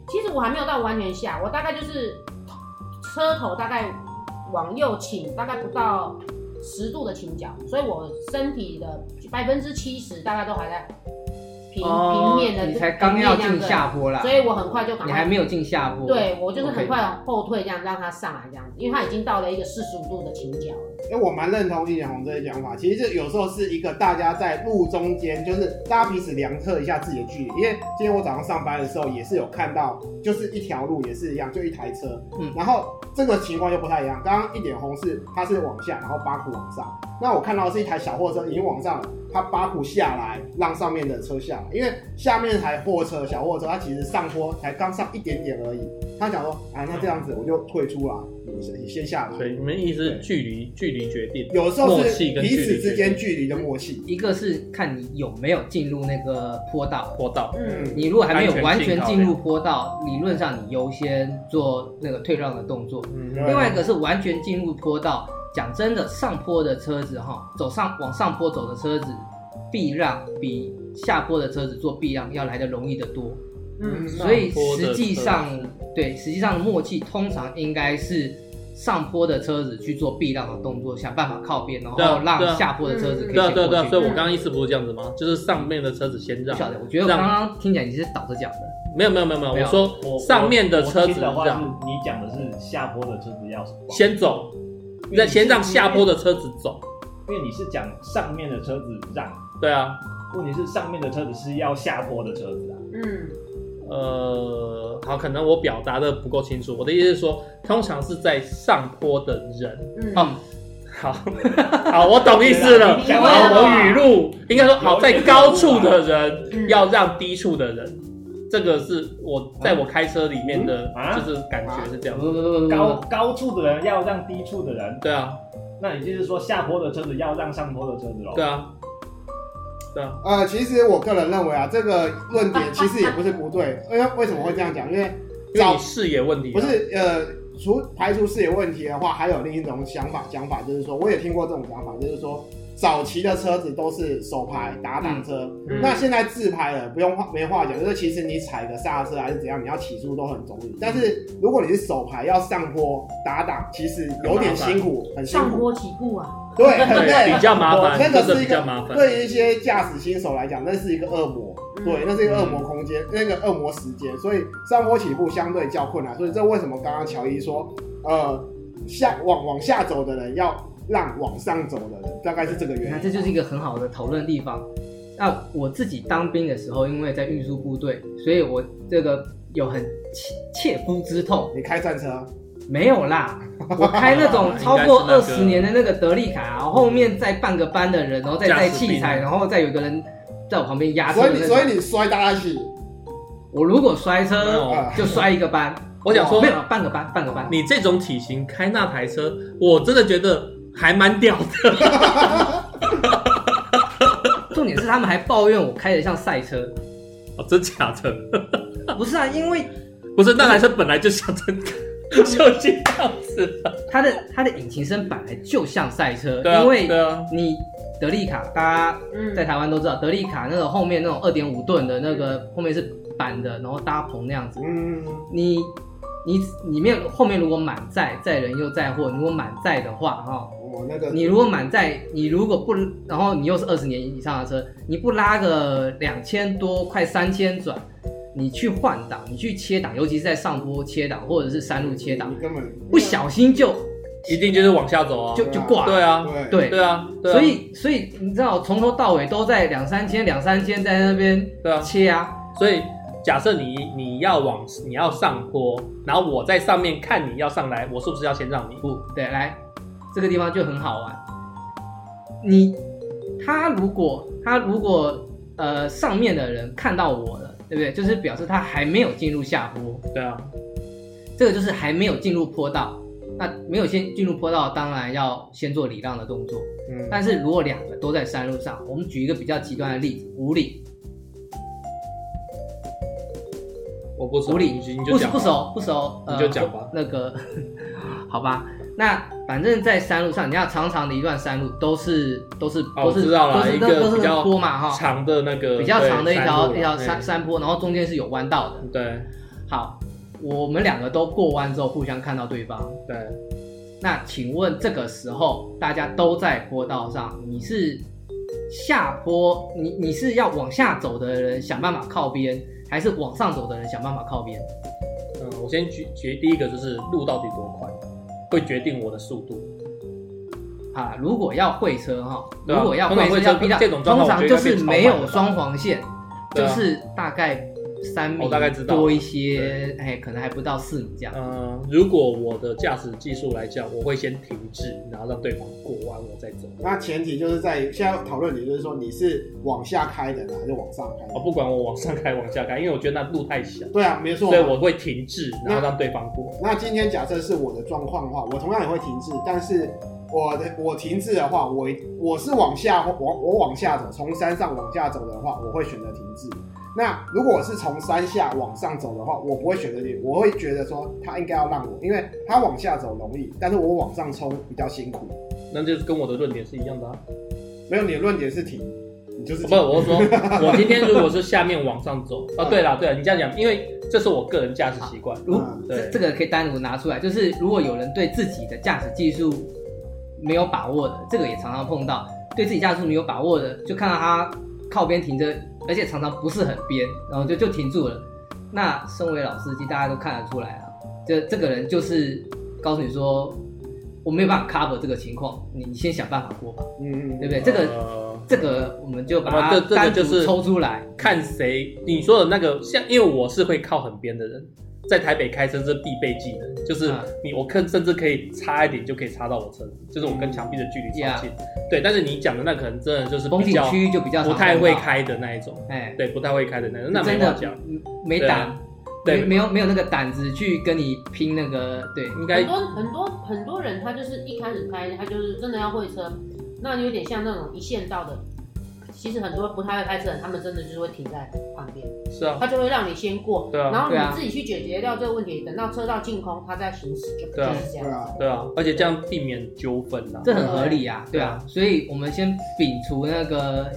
S4: 其实我还没有到完全下，我大概就是车头大概往右倾，大概不到十度的倾角，所以我身体的百分之七十大概都还在平、平面的，
S1: 哦你才刚要
S4: 平面
S1: 进
S4: 这
S1: 下
S4: 样
S1: 坡啦
S4: 子，，所以我很快就赶
S1: 你
S4: 快
S1: 还没有进下坡。
S4: 对我就是很
S1: OK
S4: 快后退这样让他上来这样子，因为他已经到了一个四十五度的倾角了。
S2: 哎、我蛮认同易远红这些讲法。其实这有时候是一个大家在路中间，就是大家彼此量测一下自己的距离。因为今天我早上上班的时候也是有看到，就是一条路也是一样，就一台车。
S1: 嗯
S2: 然后这个情况就不太一样。刚刚一点红是它是往下，然后八股往上。那我看到的是一台小货车已经往上了，它八股下来，让上面的车下来，因为下面台货车小货车它其实上坡才刚上一点点而已。他讲说啊，那这样子我就退出来，你先你先下来
S5: 所。以你们意思是
S2: 对
S5: 距离距离决定，
S2: 有时候
S5: 默
S2: 是
S5: 契跟
S2: 彼
S5: 距
S2: 此
S5: 离
S2: 之间距离的默契。
S1: 一个是看你有没有进入那个坡道，
S5: 坡道，
S2: 嗯，
S1: 你如果还没有
S5: 安
S1: 完
S5: 全性
S1: 全
S5: 考量
S1: 进入坡道，理论上你优先做那个退让的动作。
S2: 对
S1: 另外一个是完全进入坡道，讲真的，上坡的车子哈，走上往上坡走的车子，避让比下坡的车子做避让要来的容易得多。
S2: 嗯
S1: 所以
S5: 上坡的
S1: 实际上
S5: 车子，
S1: 对，实际上默契通常应该是上坡的车子去做避让的动作，想办法靠边，然
S5: 对啊
S1: 后
S5: 对啊
S1: 让下坡的车子可以
S5: 对啊
S1: 先
S5: 对啊对
S1: 过
S5: 啊，
S1: 去。嗯
S5: 所以我刚刚意思不是这样子吗？就是上面的车子先
S1: 不
S5: 让，
S1: 晓得，我觉得我
S5: 让
S1: 刚刚听起来你是倒着讲的，
S5: 没有没有没有没有，
S1: 没有
S5: 我说
S3: 我
S5: 上面的车
S3: 我
S5: 子
S3: 听的话是
S5: 让
S3: 你讲的是下坡的车子要往
S5: 先走，那先让下坡的车子走。
S3: 因为你是讲上面的车子让，
S5: 对啊，
S3: 问题是上面的车子是要下坡的车子啊。
S4: 嗯，
S5: 呃，好，可能我表达的不够清楚。我的意思是说，通常是在上坡的人。
S4: 嗯
S5: 哦，好 好，我懂意思 了。
S4: 对
S5: 然
S4: 啦
S5: 后我语录应该说，好，在高处的人
S4: 嗯
S5: 要让低处的人，这个是我
S2: 啊
S5: 在我开车里面的
S3: 嗯，啊
S5: 就是感觉是这样
S1: 不。不不不不
S3: 高
S1: 不，
S5: 嗯
S3: 高处的人要让低处的人，
S5: 对啊，
S3: 那你就是说下坡的车子要让上坡的车子喽？
S5: 对啊，对啊，
S2: 呃，其实我个人认为啊，这个论点其实也不是不对，因为为什么会这样讲？因为
S5: 因为你视野问题啊
S2: 不是呃，除排除视野问题的话，还有另一种想法，讲法就是说，我也听过这种讲法，就是说。早期的车子都是手排打挡车，
S5: 嗯
S2: 那现在自拍了，不用话没话讲，就是其实你踩个刹车还是怎样，你要起速都很容易。但是如果你是手排要上坡打挡，其实有点辛苦，很辛
S4: 上
S2: 苦，
S4: 坡起步啊，
S2: 对，很累
S5: 对，，比较麻烦，
S2: 那
S5: 这
S2: 个
S5: 个
S2: 是一
S5: 比较
S2: 个
S5: 麻烦。
S2: 对于一些驾驶新手来讲，那是一个恶魔，
S4: 嗯
S2: 对，那是一个恶魔空间，那个恶魔时间，所以上坡起步相对较困难，所以这为什么刚刚乔伊说，呃，下往往下走的人要让往上走的人，大概是这个
S1: 你
S2: 原
S1: 看
S2: 因。
S1: 这就是一个很好的讨论地方。那我自己当兵的时候，因为在运输部队，所以我这个有很切切肤之痛。
S2: 你开战车，啊
S1: 没有 啦，我开那种超过二十年的那个德利卡、啊，后面再半个班的人，然后再带器材，
S5: 啊
S1: 然后再有一个人在我旁边压车
S2: 所
S1: 的
S2: 以
S1: 那
S2: 你
S1: 种。
S2: 所以你摔大家一起，
S1: 我如果摔
S5: 没
S1: 车，
S5: 有
S2: 啊
S1: 就摔一个班。
S5: 我想说
S1: 没，有半个班，半个班。
S5: 哦你这种体型开那台车，我真的觉得还蛮屌的。
S1: 是他们还抱怨我开的像赛车，
S5: 哦，真假的？
S1: 不是啊，因为
S5: 不是，那男生本来就想真的 就是这样子的。
S1: 它的它的引擎声本来就像赛车，
S5: 对啊，
S1: 因为
S5: 对啊，
S1: 你德利卡，大家
S4: 嗯
S1: 在台湾都知道，德利卡那种后面那种二点五吨的那个后面是板的，然后搭棚那样子，
S2: 嗯，
S1: 你你里面后面如果满载载人又载货，如果满载的话，哈、
S2: 我哦那个
S1: 你如果满载，你如果不，然后你又是二十年以上的车，你不拉个两千多，快三千转，你去换挡，你去切档，尤其是在上坡切档或者是山路切档
S2: 你，根本
S1: 不小心就
S5: 一定就是往下走啊。
S1: 就就挂了。
S5: 对啊，
S2: 对
S1: 对
S5: 对啊，对啊
S1: 所以所以你知道，从头到尾都在两三千、两三千在那边
S5: 对啊，
S1: 切啊，
S5: 所以假设你你要往你要上坡，然后我在上面看你要上来，我是不是要先让你？
S1: 不对，来这个地方就很好玩。你他如果他如果呃上面的人看到我了，对不对？就是表示他还没有进入下坡。
S5: 对啊，
S1: 这个就是还没有进入坡道。那没有先进入坡道，当然要先做礼让的动作。
S2: 嗯
S1: 但是如果两个都在山路上，我们举一个比较极端的例子，五里
S5: 我不熟，
S1: 无理
S5: 你你
S1: 不
S5: 就讲
S1: 不熟不熟，呃，
S5: 你就讲吧
S1: 那个 好吧，那反正在山路上，你要长长的一段山路都是都是
S5: 哦
S1: 都是
S5: 我知道了
S1: 都是
S5: 一个
S1: 都是
S5: 比较
S1: 坡嘛哈，
S5: 长的那个
S1: 比较长的一条
S5: 对
S1: 一条
S5: 路啊
S1: 山
S5: 啦
S1: 山坡，然后中间是有弯道的
S5: 嗯。对
S1: 好，我们两个都过弯之后互相看到对方，
S5: 对，
S1: 那请问这个时候大家都在坡道上，你是下坡，你你是要往下走的人想办法靠边，还是往上走的人想办法靠边？
S5: 嗯，我先举举第一个就是路到底多宽，会决定我的速度。
S1: 啊，如果要会车哈，
S5: 对啊
S1: 如果要
S5: 通常
S1: 会
S5: 会
S1: 车
S5: 车
S1: 避让，
S5: 这种状
S1: 通
S5: 况
S1: 常
S5: 我觉得
S1: 就是
S5: 应该
S1: 没
S5: 变超慢
S1: 有
S5: 了吧
S1: 双黄线，
S5: 对
S1: 就
S5: 啊
S1: 是大概三米
S5: 我大概知道
S1: 多一些，哎，可能还不到四米这样。
S5: 嗯，如果我的驾驶技术来讲，我会先停滞，然后让对方过弯，我再走。
S2: 那前提就是在于现在讨论点就是说你是往下开的呢，还是往上开的
S5: 哦我、不管我往上开往下开，因为我觉得那路太小，
S2: 对啊，没错
S5: 所以
S2: 嘛。
S5: 我会停滞，然后让对方过。
S2: 那今天假设是我的状况的话，我同样也会停滞，但是我的我停滞的话，我我是往下往我往下走，从山上往下走的话，我会选择停滞。那如果我是从山下往上走的话，我不会选择停，我会觉得说他应该要让我，因为他往下走容易，但是我往上冲比较辛苦。
S5: 那就是跟我的论点是一样 的啊。
S2: 没有你的论点是停，你就是
S1: 啊
S5: 不，
S2: 停。
S5: 我是说，我今天如果是下面往上走，啊，对了，对了，你这样讲，因为这是我个人驾驶习惯。
S1: 如
S2: 嗯
S1: 这
S5: 对
S1: 这个可以单独拿出来，就是如果有人对自己的驾驶技术没有把握的，这个也常常碰到，对自己驾驶没有把握的，就看到他靠边停着，而且常常不是很边，然后就就停住了。那身为老司机，大家都看得出来啊，这这个人就是告诉你说，我没有办法 cover 这个情况，你你先想办法过吧，
S2: 嗯嗯，
S1: 对不对？
S2: 嗯
S1: 这个、
S5: 呃
S1: 这个我们就把
S5: 那
S1: 它
S5: 这这个
S1: 单独
S5: 就是
S1: 抽出来，
S5: 看谁，你说的那个像，因为我是会靠很边的人，在台北开车是必备技能，就是
S1: 嗯
S5: 你我看甚至可以差一点就可以差到我车子，就是我跟墙壁的距离超近。对，但是你讲的那可能真的就是
S1: 风
S5: 比
S1: 景
S5: 较
S1: 区啊域就比较
S5: 不
S1: 常
S5: 太
S1: 碰
S5: 会
S1: 到，
S5: 开的那一种，
S1: 哎，
S5: 对，不太会开的那一种，那没
S1: 真
S5: 话
S1: 的
S5: 讲，
S1: 嗯没
S5: 对啊
S1: 胆，
S5: 对
S1: 没没有没有那个胆子去跟你拼那个，对，
S5: 应该
S4: 很多很多很多人，他就是一开始开，他就是真的要会车，那有点像那种一线道的。其实很多不太会开车的人，他们真的就是会停在旁边，
S5: 是啊，
S4: 他就会让你先过，
S5: 对啊
S4: 然后
S1: 对啊
S4: 你自己去解决掉这个问题，等到车道净空，他再行驶，就
S5: 对啊
S4: 就是这
S2: 对
S4: 样。
S2: 啊，
S5: 对啊，而且这样避免纠纷啦。
S1: 这很合理啊，对啊，所以我们先摒除那个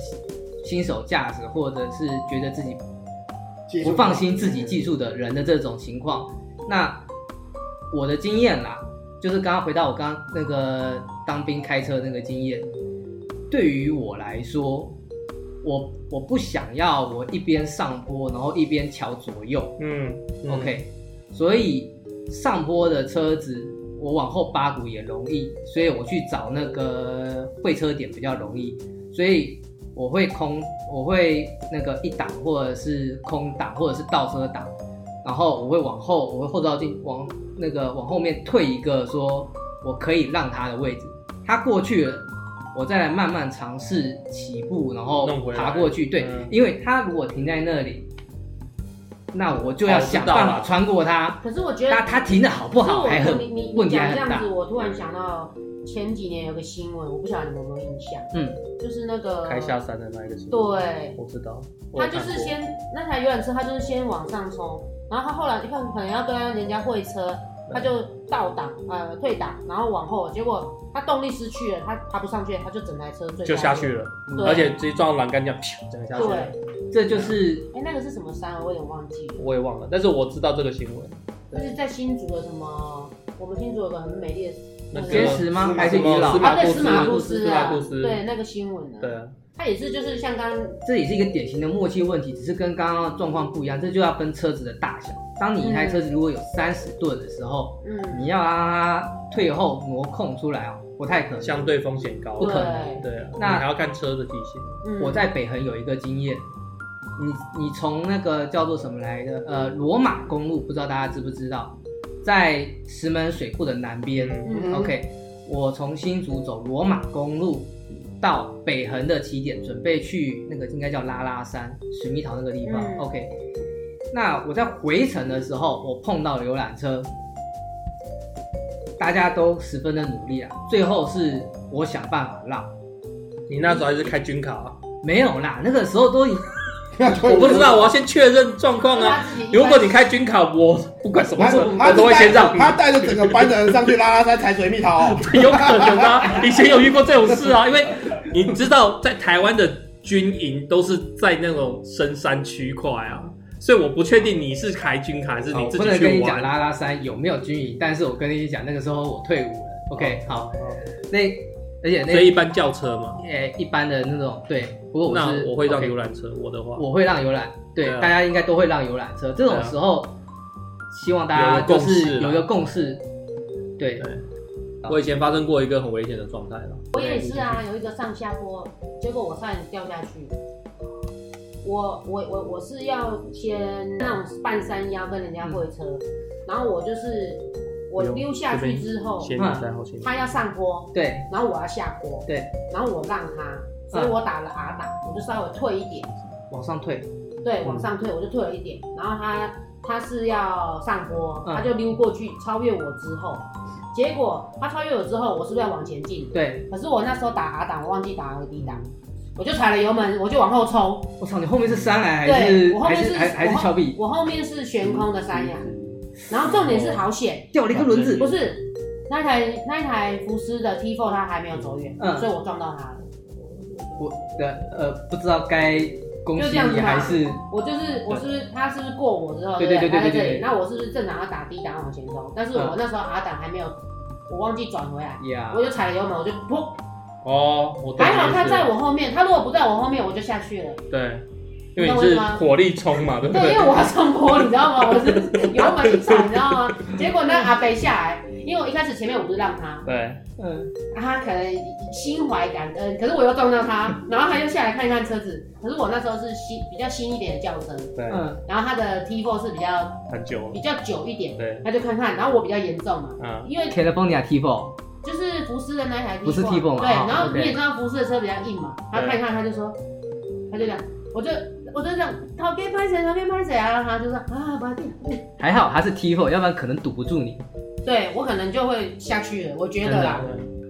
S1: 新手驾驶或者是觉得自己
S2: 技术
S1: 不放心
S5: 嗯
S1: 自己技术的人的这种情况，那我的经验啦，就是刚刚回到我刚刚那个当兵开车那个经验，对于我来说，我我不想要我一边上坡然后一边瞧左右，
S5: 嗯嗯
S1: OK，所以上坡的车子我往后八股也容易，所以我去找那个会车点比较容易，所以我会空，我会那个一档或者是空档或者是倒车档，然后我会往后，我会后照镜往那个往后面退一个，说我可以让他的位置，他过去了。我再来慢慢尝试起步，然后
S5: 弄回来
S1: 爬过去。对，
S5: 嗯
S1: 因为他如果停在那里，那我就要
S5: 哦我知
S1: 想
S5: 道
S1: 办法
S5: 了
S1: 穿过它。
S4: 可是我觉得
S1: 那它停的好不好还
S4: 可是
S1: 很
S4: 我你你
S1: 问
S4: 你
S1: 题还
S4: 讲这
S1: 很
S4: 样
S1: 大
S4: 子，。我突然想到前几年有个新闻，我不晓得你们有没有印象，
S1: 嗯，
S4: 就是那个
S5: 开下山的那一个新闻，
S4: 对，
S5: 我知道，我
S4: 他
S5: 有
S4: 就
S5: 看
S4: 是
S5: 过
S4: 先那台游览车，他就是先往上冲，然后他后来他可能要跟人家会车，他就倒档呃退档，然后往后，结果他动力失去了，他爬不上去，他就整台车坠
S5: 就下去
S4: 了。
S5: 了，
S4: 对
S5: 而且直接撞到栏杆这样，啪这样下去
S4: 对，
S5: 了，
S4: 哎、
S1: 这就是
S4: 那个是什么山？啊我有点忘记了。
S5: 我也忘了，但是我知道这个新闻，
S4: 就是在新竹的什么，我们新竹有个很美丽的
S5: 那个
S1: 天
S4: 个
S1: 使吗？
S2: 司马
S1: 还是
S5: 什么
S1: 鱼
S5: 司
S1: 老？
S5: 马
S4: 啊，对，
S5: 库斯
S4: 司马库
S5: 司
S4: 斯
S5: 马
S4: 啊
S5: 库，斯
S4: 对那个新闻啊，
S5: 对，啊，
S4: 它也是就是像刚
S1: 这也是一个典型的默契问题，只是跟刚刚的状况不一样，这就要分车子的大小。当你一台车子如果有三十吨的时候，
S4: 嗯
S1: 你要让它退后挪空出来哦，不太可能。
S5: 相对风险高，
S1: 不可能
S5: 对啊，
S1: 那
S5: 那还要看车的地形，
S4: 嗯
S1: 我在北横有一个经验，你你从那个叫做什么来的？呃，罗马公路，不知道大家知不知道，在石门水库的南边。
S4: 嗯
S1: OK，我从新竹走罗马公路到北横的起点，准备去那个应该叫拉拉山水蜜桃那个地方。
S4: 嗯
S1: OK，那我在回程的时候，我碰到游览车，大家都十分的努力啊，最后是我想办法让。
S5: 你那时候还是开军卡啊，
S1: 没有啦，那个时候都已
S5: 我不知道，我要先确认状况
S4: 就是
S5: 啊。
S4: 他自己一般
S5: 如果你开军卡，我不管什么
S2: 他
S5: 事，
S2: 是
S5: 我都会先让
S2: 他带着整个班的人上去拉拉山采水蜜桃、哦，
S5: 有可能啊，以前有遇过这种事啊，因为你知道，在台湾的军营都是在那种深山区块啊，所以我不确定你是开军卡还是
S1: 好
S5: 你自
S1: 哦我不能
S5: 己
S1: 跟
S5: 去
S1: 你讲
S5: 玩。
S1: 拉拉山有没有军营，但是我跟你讲，那个时候我退伍了。OK，好，那而且那
S5: 哦所以一般轿车嘛，
S1: 呃一般的那种对，不过我
S5: 那
S1: 是
S5: 我会让游
S1: OK，
S5: 览车，我的话，
S1: 我会让游览，对，
S5: 对啊
S1: 大家应该都会让游览车。这种
S5: 对啊
S1: 时候，希望大家
S5: 有个
S1: 就
S5: 共识
S1: 是
S5: 啦
S1: 有一个共识，对
S5: 对，我以前发生过一个很危险的状态了。
S4: 我也是啊，有一个上下坡，结果我差点掉下去。我我我我是要先那种半山腰跟人家会车，
S1: 嗯
S4: 然后我就是我溜下去之后，
S5: 先你再后先你，
S4: 他要上坡，
S1: 对
S4: 然后我要下坡，
S1: 对，嗯
S4: 然后我让他，所以我打了 R 档，我就稍微退一点，
S1: 往上退，嗯
S4: 对，往上退，我就退了一点，然后他他是要上坡，
S1: 嗯
S4: 他就溜过去超越我之后，结果他超越我之后，我是不是要往前进？
S1: 对，
S4: 可是我那时候打 R 档，我忘记打 R D 档，我就踩了油门，我就往后冲。
S1: 我操，你后面是山来还
S4: 对，
S1: 是
S4: 我后
S1: 还
S4: 面
S1: 是
S4: 是
S1: 还还是
S4: 我后
S1: 峭壁？
S4: 我后面是悬空的山崖，
S1: 嗯
S4: 然后重点是好险，
S1: 掉了一个轮子
S4: 不，是那一台那一台福斯的 T4 它还没有走远，
S1: 嗯
S4: 所以我撞到它了。
S1: 我的呃不知道该恭
S4: 就这
S1: 喜
S4: 样子
S1: 你
S4: 嘛
S1: 还是
S4: 我就是我是不是他是不是过我之后，
S1: 嗯对
S4: 对
S1: 对
S4: 不他
S1: 对对对
S4: 在这
S1: 对对
S4: 里，那我是不是正常要打 D 档往前冲？但是我
S1: 嗯
S4: 那时候 R 档还没有，我忘记转回来，
S1: 呀
S4: 我就踩了油门，我就噗，
S5: 哦，我懂
S4: 还好
S5: 你
S4: 他
S5: 意思
S4: 在我后面，他如果不在我后面，我就下去了。
S5: 对，因为你是火力冲嘛，对不
S4: 对，
S5: 对
S4: 因为？我要上坡，你知道吗？我 是油门一踩，你知道吗？结果那阿北下来，因为我一开始前面我不是让他，啊
S5: 对，
S1: 嗯
S4: 他可能心怀感恩，可是我又撞到他，然后他又下来看看车子，可是我那时候是新比较新一点的轿车，
S5: 对，
S1: 嗯
S4: 然后他的 T4 是比较
S5: 很久了，
S4: 比较久一点，
S5: 对，
S4: 他就看看，然后我比较严重嘛，
S5: 嗯，
S4: 因为
S1: California T4。
S4: 就是福斯的那一台 T4，
S1: 不是 T4 嘛
S4: 对，
S1: 哦
S4: 然后
S1: OK
S4: 你也知道福斯的车比较硬嘛，他
S5: 对
S4: 看一看他就说，他就这样，我就我就这样，讨边拍谁，讨边拍谁啊，然后他就说啊，不要定。
S1: 还好他是 T4，要不然可能堵不住你。
S4: 对我可能就会下去了，我觉得啦，
S1: 啊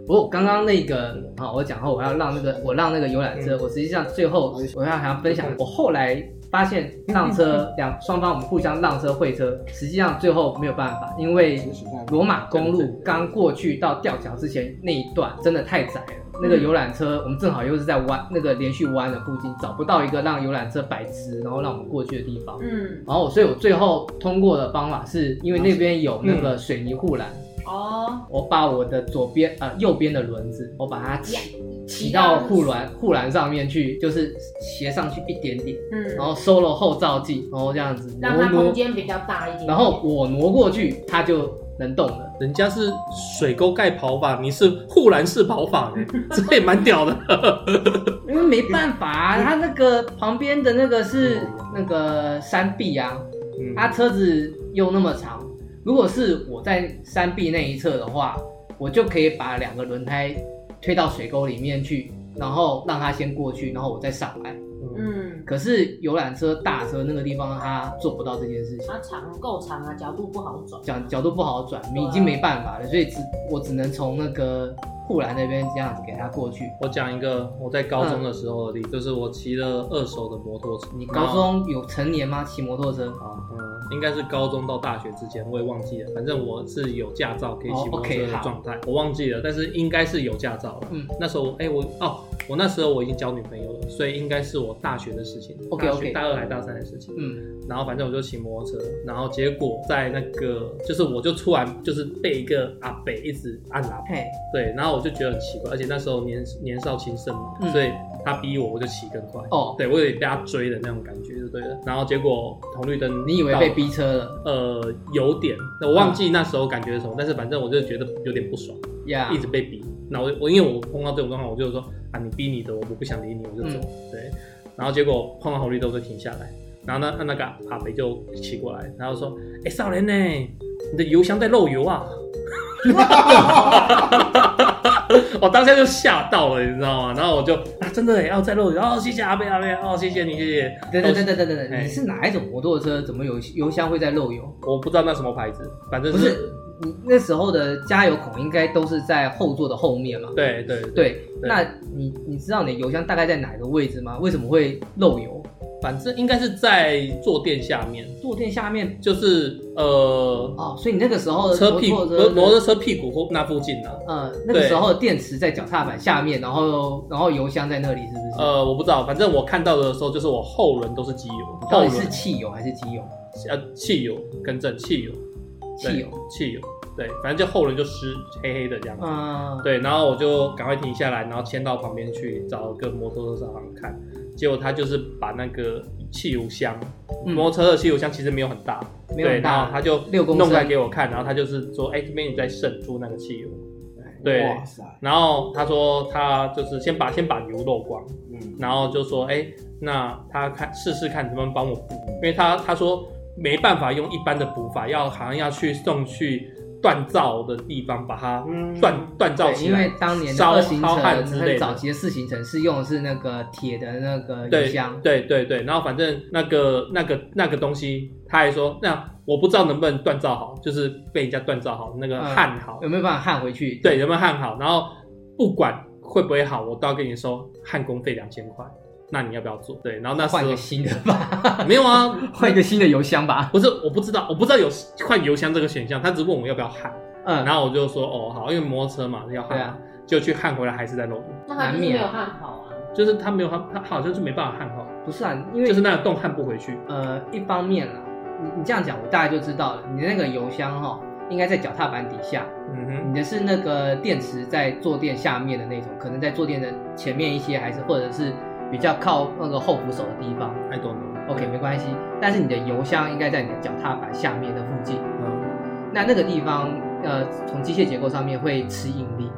S1: 我刚刚那个，好，我讲后我要让那个我让那个游览车，我实际上最后我要还要分享，我后来发现让车两双方我们互相让车会车，实际上最后没有办法，因为罗马公路刚过去到吊桥之前那一段真的太窄了。那个游览车，我们正好又是在弯那个连续弯的附近，找不到一个让游览车摆直，然后让我们过去的地方。
S4: 嗯，
S1: 然后，所以我最后通过的方法是因为那边有那个水泥护栏，
S4: 哦，
S1: 我把我的左边呃右边的轮子，我把它骑骑
S4: 骑
S1: 到
S4: 到
S1: 护栏护栏上面去，就是斜上去一点点，
S4: 嗯
S1: 然，后收了后照镜，然后这样子
S4: 让
S1: 挪
S4: 它
S1: 挪
S4: 空，间比较大一点，
S1: 然后我挪过去，它就能动了。
S5: 人家是水沟盖跑法，你是护栏式跑法，欸 这也蛮屌的。
S1: 因为没办法、啊，它那个旁边的那个是那个山壁啊，它车子又那么长，如果是我在山壁那一侧的话，我就可以把两个轮胎推到水沟里面去，然后让它先过去，然后我再上来。
S5: 嗯
S4: 嗯，
S1: 可是游览车大车那个地方，它做不到这件事情，
S4: 它长够长啊，角度不好转。
S1: 讲角度不好转，你已经没办法了，所以只我只能从那个护栏那边这样子给它过去。
S5: 我讲一个我在高中的时候的例子，就是我骑了二手的摩托车。你
S1: 高中有成年吗？骑摩托车？
S5: 啊，嗯，应该是高中到大学之前，我也忘记了。反正我是有驾照可以骑
S1: 哦
S5: 摩托车
S1: OK，
S5: 的
S1: 好
S5: 状态，我忘记了，但是应该是有驾照了。
S1: 嗯，
S5: 那时候我哎、我哦，我那时候我已经交女朋友了，所以应该是我大学的事情。
S1: OK，OK
S5: 大学大二还大三的事情。
S1: 嗯，
S5: 然后反正我就骑摩托车，然后结果在那个就是我就突然就是被一个阿北一直按喇叭，
S1: 嘿，
S5: 对，然后我就觉得很奇怪，而且那时候年年少轻盛嘛，
S1: 嗯
S5: 所以他逼我，我就骑更快。
S1: 哦，
S5: 对我有点被他追的那种感觉，就对了。然后结果红绿灯，
S1: 你以为被？逼嗯车了
S5: 呃，有点，我忘记那时候感觉是什么，但是反正我就觉得有点不爽，
S1: 呀
S5: 一？直被逼。那我我因为我碰到这种状况，我就说啊，你逼你的，我我不想理你，我就走。对，然后结果碰到红绿灯我就停下来，然后那那个阿肥就骑过来，然后说，哎、少年呢、你的油箱在漏油啊！ 我当下就吓到了，你知道吗？然后我就啊，真的耶，要在漏油，哦，谢谢阿贝阿贝，哦，谢谢你，谢谢。
S1: 等等等等等等等，
S5: 嘿
S1: 你是哪一种摩托车？怎么有油箱会在漏油？
S5: 我不知道那什么牌子，反正
S1: 不是，你那时候的加油孔应该都是在后座的后面嘛？
S5: 对对对，
S1: 对，那你你知道你的油箱大概在哪个位置吗？为什么会漏油？
S5: 反正应该是在坐垫下面，
S1: 坐垫下面
S5: 就是呃
S1: 哦，所以你那个时候的
S5: 车屁
S1: 摩
S5: 股摩
S1: 托
S5: 摩托
S1: 车，
S5: 车屁股后那附近啊。
S1: 呃，那个
S5: 对
S1: 时候的电池在脚踏板下面，然后然后油箱在那里，是不是？
S5: 呃，我不知道，反正我看到的时候，就是我后轮都是机油，后
S1: 到底是
S5: 轮
S1: 汽油还是机油？
S5: 呃汽油，更正汽油，对
S1: 汽油，
S5: 汽油，对，反正就后轮就湿黑黑的这样子。
S1: 嗯，
S5: 对，然后我就赶快停下来，然后牵到旁边去找个摩托车行看，结果他就是把那个汽油箱，
S1: 嗯
S5: 摩托车的汽油箱其实没有很大，
S1: 没有
S5: 对，
S1: 很大
S5: 然后他就
S1: 六公升
S5: 弄来给我看，然后他就是说，哎、这边你在渗出那个汽油，对
S2: 哇塞，
S5: 然后他说他就是先把先把油漏光，
S2: 嗯，
S5: 然后就说，哎、那他看试试看能不能帮我补，因为他他说没办法用一般的补法，要好像要去送去锻造的地方把它
S2: 嗯
S5: 锻锻造
S1: 对，
S5: 起
S1: 因
S5: 来。
S1: 为当年的
S5: 烧
S1: 二行
S5: 烧焊
S1: 程
S5: 之类
S1: 很
S5: 的
S1: 早期的四行程是用的是那个铁的那个油
S5: 对
S1: 箱，
S5: 对对对，然后反正那个那个那个东西，他还说，那我不知道能不能锻造好，就是被人家锻造好，那个
S1: 嗯
S5: 焊好，
S1: 有没有办法焊回去？
S5: 对，有没有焊好？然后不管会不会好，我都要跟你收焊工费两千块，那你要不要做？对，然后那时
S1: 换个
S5: 候
S1: 新的吧，
S5: 没有啊，
S1: 换一个新的油箱吧。
S5: 不是我不知道，我不知道有换油箱这个选项，他只问我要不要焊，
S1: 嗯，
S5: 然后我就说哦好，因为摩托车嘛要焊
S1: 对
S5: 嘛，
S1: 啊
S5: 就去焊回来还是在漏油，
S4: 那它就是没有焊好啊。
S5: 就是他没有焊，他好像是没办法焊好，
S1: 不是啊，因为
S5: 就是那个洞焊不回去。
S1: 呃，一方面啦，你你这样讲，我大概就知道了。你的那个油箱哈、应该在脚踏板底下，
S5: 嗯哼。
S1: 你的是那个电池在坐垫下面的那种，可能在坐垫的前面一些，还是或者是比较靠那个后扶手的地方。
S5: I don't know。
S1: OK，没关系。但是你的油箱应该在你的脚踏板下面的附近，
S5: 嗯
S1: 那那个地方呃，从机械结构上面会吃应力，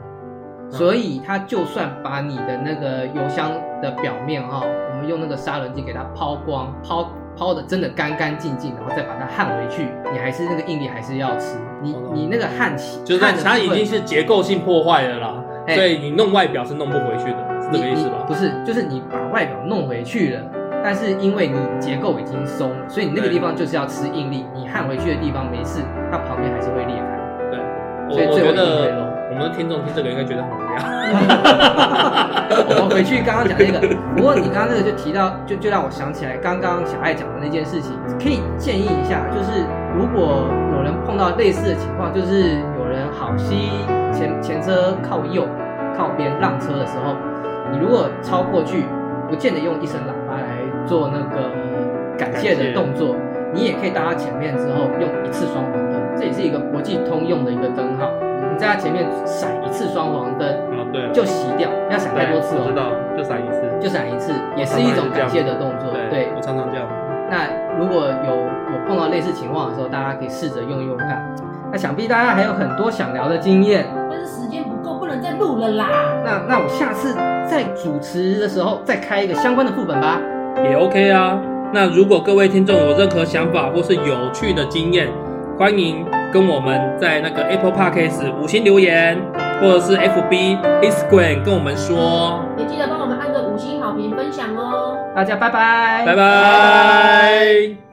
S5: 嗯
S1: 所以它就算把你的那个油箱的表面哈、我们用那个砂轮机给它抛光，抛抛的真的干干净净，然后再把它焊回去，你还是那个应力还是要吃。你
S5: 懂了
S1: 你那个焊起，
S5: 哦就是它
S1: 焊的部
S5: 它
S1: 分
S5: 已经是结构性破坏了啦，
S1: 哎
S5: 所以你弄外表是弄不回去的，是这
S1: 你
S5: 个意思
S1: 你
S5: 吧？
S1: 不是，就是你把外表弄回去了，但是因为你结构已经松了，所以你那个
S5: 对
S1: 地方就是要吃应力。你焊回去的地方没事，它旁边还是会裂开。
S5: 对，
S1: 所以
S5: 我我
S1: 最后
S5: 觉
S1: 一定会漏
S5: 得我们的听众听这个应该觉得很无 聊。
S1: 我们回去刚刚讲那个，不过你刚刚那个就提到，就就让我想起来刚刚小爱讲的那件事情，可以建议一下，就是如果有人碰到类似的情况，就是有人好吸前前车靠右靠边让车的时候，你如果超过去，不见得用一声喇叭来做那个感谢的动作，你也可以到他前面之后用一次双黄灯，这也是一个国际通用的一个灯号，你在他前面闪一次双黄灯。
S5: 啊，对，
S1: 就洗掉，不要闪太多次
S5: 我知
S1: 哦，
S5: 道，就闪一次，
S1: 就闪一次，也是一种感谢的动作。嗯对，
S5: 我常常这样。
S1: 那如果有有碰到类似情况的时候，大家可以试着用用看。那想必大家还有很多想聊的经验，
S4: 但是时间不够，不能再录了啦。
S1: 那那我下次在主持的时候再开一个相关的副本吧。
S5: 也 OK 啊。那如果各位听众有任何想法或是有趣的经验，欢迎跟我们在那个 Apple Podcast 五星留言，或者是 FB Instagram 跟我们说。
S4: 也记得帮我们按个五五星好评分享哦。哦
S1: 大家拜拜，
S5: 拜拜。